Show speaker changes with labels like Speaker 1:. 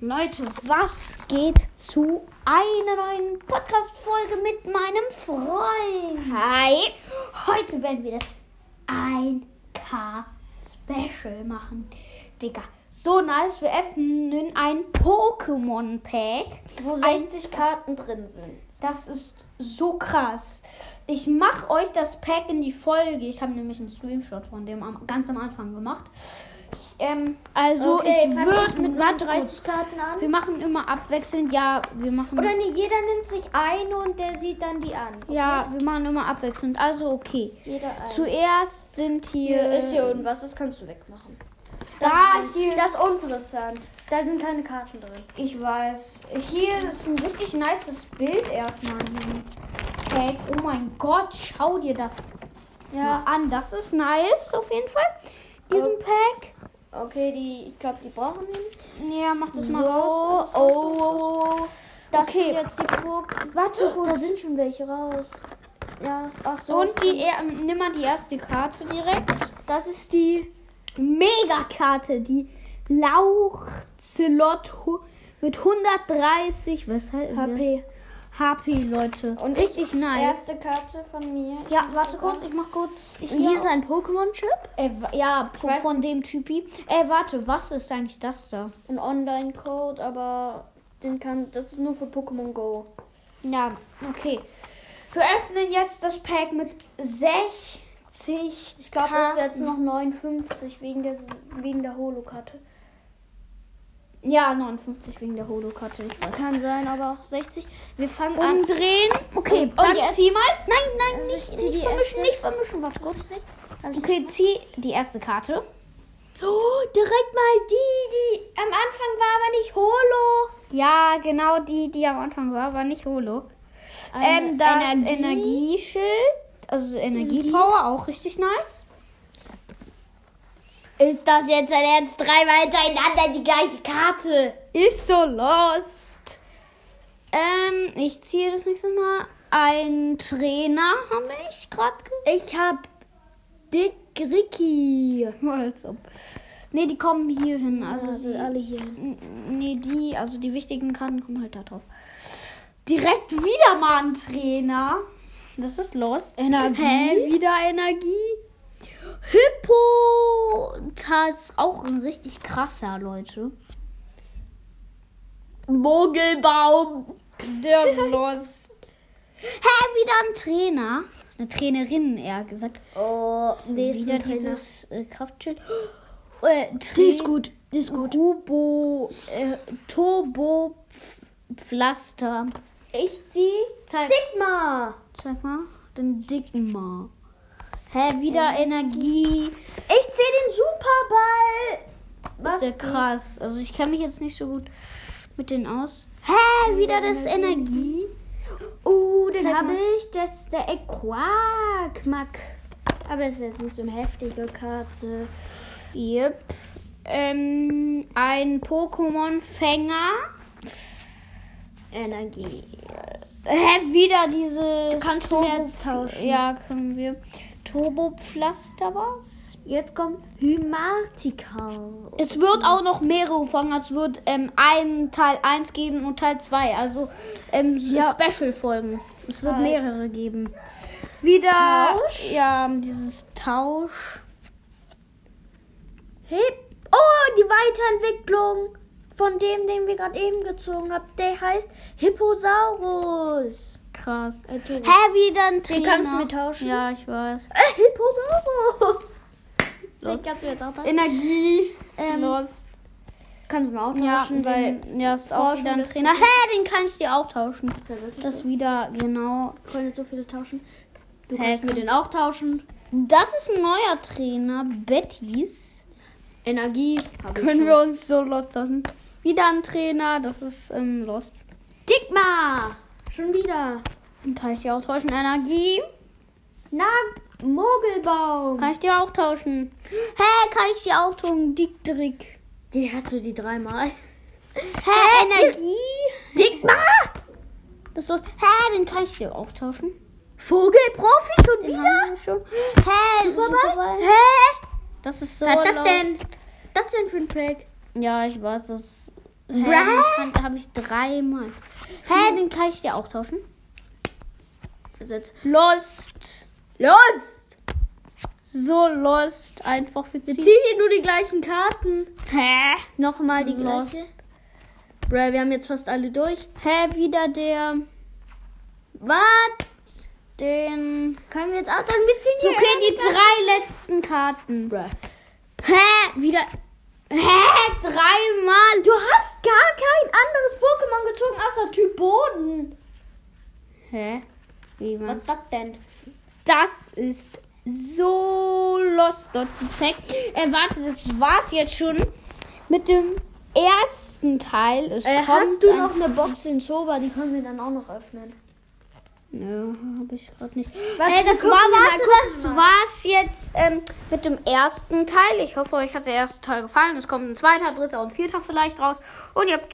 Speaker 1: Leute, was geht zu einer neuen Podcast-Folge mit meinem Freund? Hi! Heute werden wir das 1K-Special machen. Digga, so nice. Wir öffnen ein Pokémon-Pack.
Speaker 2: Wo
Speaker 1: Ein-
Speaker 2: 60 Karten drin sind.
Speaker 1: Das ist so krass. Ich mache euch das Pack in die Folge. Ich habe nämlich einen Screenshot von dem am, ganz am Anfang gemacht. Ich, ähm, also ich würde mit
Speaker 2: mal
Speaker 1: Mathe
Speaker 2: 30 Karten an.
Speaker 1: Wir machen immer abwechselnd. Ja, wir machen.
Speaker 2: Oder nee, jeder nimmt sich eine und der sieht dann die an.
Speaker 1: ja, wir machen immer abwechselnd. Also okay.
Speaker 2: Jeder eine.
Speaker 1: Zuerst sind hier.
Speaker 2: hier ist hier irgendwas, das kannst du wegmachen.
Speaker 1: Da
Speaker 2: ist,
Speaker 1: hier
Speaker 2: Das
Speaker 1: ist-
Speaker 2: ist uninteressant. Da sind keine Karten drin.
Speaker 1: Ich weiß. Hier ist ein richtig nices Bild erstmal. in diesem Pack. Oh mein Gott, schau dir das mal
Speaker 2: Ja.
Speaker 1: an. Das ist nice auf jeden Fall. Diesen
Speaker 2: Oh.
Speaker 1: Pack.
Speaker 2: Okay, die, ich glaube, die brauchen wir nicht.
Speaker 1: Ja, mach das mal
Speaker 2: So,
Speaker 1: raus.
Speaker 2: oh,
Speaker 1: oh,
Speaker 2: Das
Speaker 1: Okay.
Speaker 2: sind jetzt die Pokémon.
Speaker 1: Warte
Speaker 2: Da
Speaker 1: kurz.
Speaker 2: sind schon welche raus. Ja, ach so.
Speaker 1: Und die, er- nimm mal die erste Karte direkt.
Speaker 2: das ist die.
Speaker 1: Megakarte, die Lauchzelot hu- mit 130 was halt,
Speaker 2: HP.
Speaker 1: HP, Leute. Und richtig nice.
Speaker 2: Erste Karte von mir. Ich
Speaker 1: Ja,
Speaker 2: muss
Speaker 1: warte
Speaker 2: sogar-
Speaker 1: kurz, ich mach kurz. Ich
Speaker 2: Ja.
Speaker 1: ein Pokémon-Chip. Äh, wa- ja, von,
Speaker 2: weiß
Speaker 1: von dem Typi. Äh, warte, was ist eigentlich das da?
Speaker 2: Ein Online-Code, aber den kann. Das ist nur für Pokémon Go.
Speaker 1: Ja, okay. Wir öffnen jetzt das Pack mit 60.
Speaker 2: Ich glaube, das ist
Speaker 1: Karten.
Speaker 2: jetzt noch 59 wegen der, wegen der Holokarte.
Speaker 1: Ja, 59 wegen der Holokarte, ich weiß.
Speaker 2: Kann sein, aber auch 60. Wir fangen an.
Speaker 1: Umdrehen. Okay,
Speaker 2: Und- und
Speaker 1: dann
Speaker 2: jetzt-
Speaker 1: zieh mal. Nein, nein,
Speaker 2: Also
Speaker 1: nicht,
Speaker 2: ich zieh
Speaker 1: nicht
Speaker 2: die
Speaker 1: vermischen,
Speaker 2: erste.
Speaker 1: nicht vermischen. Warte kurz.
Speaker 2: Hab ich-
Speaker 1: Okay, zieh die erste Karte.
Speaker 2: Oh, direkt mal die, die am Anfang war, aber nicht Holo.
Speaker 1: Ja, genau die, die am Anfang war, war nicht Holo.
Speaker 2: Eine
Speaker 1: ähm, das
Speaker 2: Energie.
Speaker 1: Energieschild, also Energiepower, auch richtig nice.
Speaker 2: Ist das jetzt ein Ernst? Dreimal hintereinander die gleiche Karte.
Speaker 1: Ist so lost. Ähm, ich ziehe das nächste Mal. Ein Trainer habe ich gerade
Speaker 2: Ich hab Dick Ricky.
Speaker 1: Als ob. Ne, die kommen hier hin. Also,
Speaker 2: Also sind
Speaker 1: die-
Speaker 2: alle hier.
Speaker 1: N- Nee, die, also die wichtigen Karten kommen halt da drauf. Direkt wieder mal ein Trainer. Das ist Lost.
Speaker 2: Energie?
Speaker 1: Hä, wieder Energie. Hippo. Das ist auch ein richtig krasser, Leute. Mogelbaum. Der ist Lost. Hä, wieder ein Trainer. Eine Trainerin, eher gesagt.
Speaker 2: Oh, nee, ist
Speaker 1: wieder
Speaker 2: ein Trainer.
Speaker 1: dieses äh, Kraftschild. Äh,
Speaker 2: Die ist
Speaker 1: Tra-
Speaker 2: gut. Die ist gut.
Speaker 1: Turbo, äh, Turbo Pflaster.
Speaker 2: Ich zieh
Speaker 1: Zeig,
Speaker 2: Digma.
Speaker 1: zeig mal, den dicken mal. Hä, wieder Energie.
Speaker 2: Ich zieh den Superball.
Speaker 1: Was ist
Speaker 2: nicht?
Speaker 1: ja krass. Also ich kenne mich jetzt nicht so gut mit denen aus. Hä, wieder das Energie.
Speaker 2: Oh,
Speaker 1: Zeig
Speaker 2: den habe
Speaker 1: mal.
Speaker 2: ich. Das ist der Equakmack. Aber es ist jetzt nicht so eine heftige Karte.
Speaker 1: Yep. Ähm, ein Pokémon-Fänger.
Speaker 2: Energie.
Speaker 1: Hä, wieder dieses.
Speaker 2: Du kannst
Speaker 1: Turbo-
Speaker 2: mir jetzt tauschen.
Speaker 1: Ja, können wir. Turbo-Pflaster was?
Speaker 2: Jetzt kommt Hymartika.
Speaker 1: Es wird auch noch mehrere Folgen. Es wird ähm, einen Teil 1 geben und Teil 2. Also ähm,
Speaker 2: Ja.
Speaker 1: Special-Folgen. Es wird
Speaker 2: Krass.
Speaker 1: mehrere geben. Wieder.
Speaker 2: Tausch?
Speaker 1: Ja, dieses Tausch.
Speaker 2: Hip. Oh, die Weiterentwicklung von dem, den wir gerade eben gezogen haben. Der heißt Hipposaurus.
Speaker 1: Krass.
Speaker 2: Äh,
Speaker 1: Hä, wieder ein Trainer.
Speaker 2: Den kannst du mir tauschen.
Speaker 1: Ja, ich weiß.
Speaker 2: Äh, Hipposaurus. Den kannst du jetzt auch tauschen.
Speaker 1: Energie.
Speaker 2: Ähm,
Speaker 1: Los.
Speaker 2: Kannst du mir auch
Speaker 1: Ja,
Speaker 2: tauschen, weil.
Speaker 1: weil. Ja, ist auch
Speaker 2: Forschung
Speaker 1: wieder ein
Speaker 2: des
Speaker 1: Trainer. Hä, den kann ich dir auch tauschen.
Speaker 2: Ist ja wirklich
Speaker 1: Das
Speaker 2: so.
Speaker 1: ist wieder, genau.
Speaker 2: Ich wollte nicht so viele tauschen. Du
Speaker 1: Hä,
Speaker 2: kannst mir
Speaker 1: komm.
Speaker 2: den auch tauschen.
Speaker 1: Das ist ein neuer Trainer, Bettys.
Speaker 2: Energie. hab ich
Speaker 1: Können
Speaker 2: schon.
Speaker 1: wir uns so lost lassen? Wieder ein Trainer, das ist ähm, lost.
Speaker 2: Digma! Schon wieder.
Speaker 1: Dann Kann ich dir auch tauschen? Energie?
Speaker 2: Na, Mogelbaum.
Speaker 1: Kann ich dir auch tauschen? Hä, kann ich dir auch tauschen? Dick Drick.
Speaker 2: Die hast du die dreimal.
Speaker 1: Hä, Energie?
Speaker 2: Digma!
Speaker 1: Das ist lost. Hä, den kann ich dir auch tauschen?
Speaker 2: Vogelprofi schon
Speaker 1: Den
Speaker 2: wieder?
Speaker 1: haben wir schon. Hä, Superball?
Speaker 2: Hä?
Speaker 1: Das ist so
Speaker 2: Was hat
Speaker 1: lost.
Speaker 2: das denn? Was Das denn für ein Pack?
Speaker 1: Ja, ich weiß, das Hä?
Speaker 2: Bruh.
Speaker 1: Da habe ich dreimal.
Speaker 2: Hm.
Speaker 1: Hä, den kann ich dir auch tauschen. Setz. Lost.
Speaker 2: Los!
Speaker 1: So lost. Einfach für
Speaker 2: Wir
Speaker 1: 10.
Speaker 2: ziehen hier nur die gleichen Karten.
Speaker 1: Hä?
Speaker 2: Nochmal die
Speaker 1: Lost.
Speaker 2: gleiche. Bruh, wir haben jetzt fast alle durch.
Speaker 1: Hä, wieder der.
Speaker 2: Was?
Speaker 1: Den.
Speaker 2: Können wir jetzt auch dann mitziehen? hier?
Speaker 1: Okay, die drei letzten Karten.
Speaker 2: Bruh.
Speaker 1: Hä? Wieder. Hä? Dreimal.
Speaker 2: Du hast gar kein anderes Pokémon gezogen außer Typ Boden.
Speaker 1: Hä? Wie war's?
Speaker 2: Was sagt denn?
Speaker 1: Das ist so lost dort perfekt. Äh, warte, das war's jetzt schon mit dem ersten Teil. Es
Speaker 2: Äh,
Speaker 1: kommt
Speaker 2: hast du
Speaker 1: ein-
Speaker 2: noch eine Box in Soba? Die können wir dann auch noch öffnen.
Speaker 1: Nö, hab ich gerade nicht.
Speaker 2: Warte,
Speaker 1: äh, das
Speaker 2: wir gucken
Speaker 1: war
Speaker 2: mal,
Speaker 1: mal,
Speaker 2: gucken
Speaker 1: das
Speaker 2: mal.
Speaker 1: war's jetzt ähm, mit dem ersten Teil. Ich hoffe, euch hat der erste Teil gefallen. Es kommt ein zweiter, dritter und vierter vielleicht raus. Und ihr habt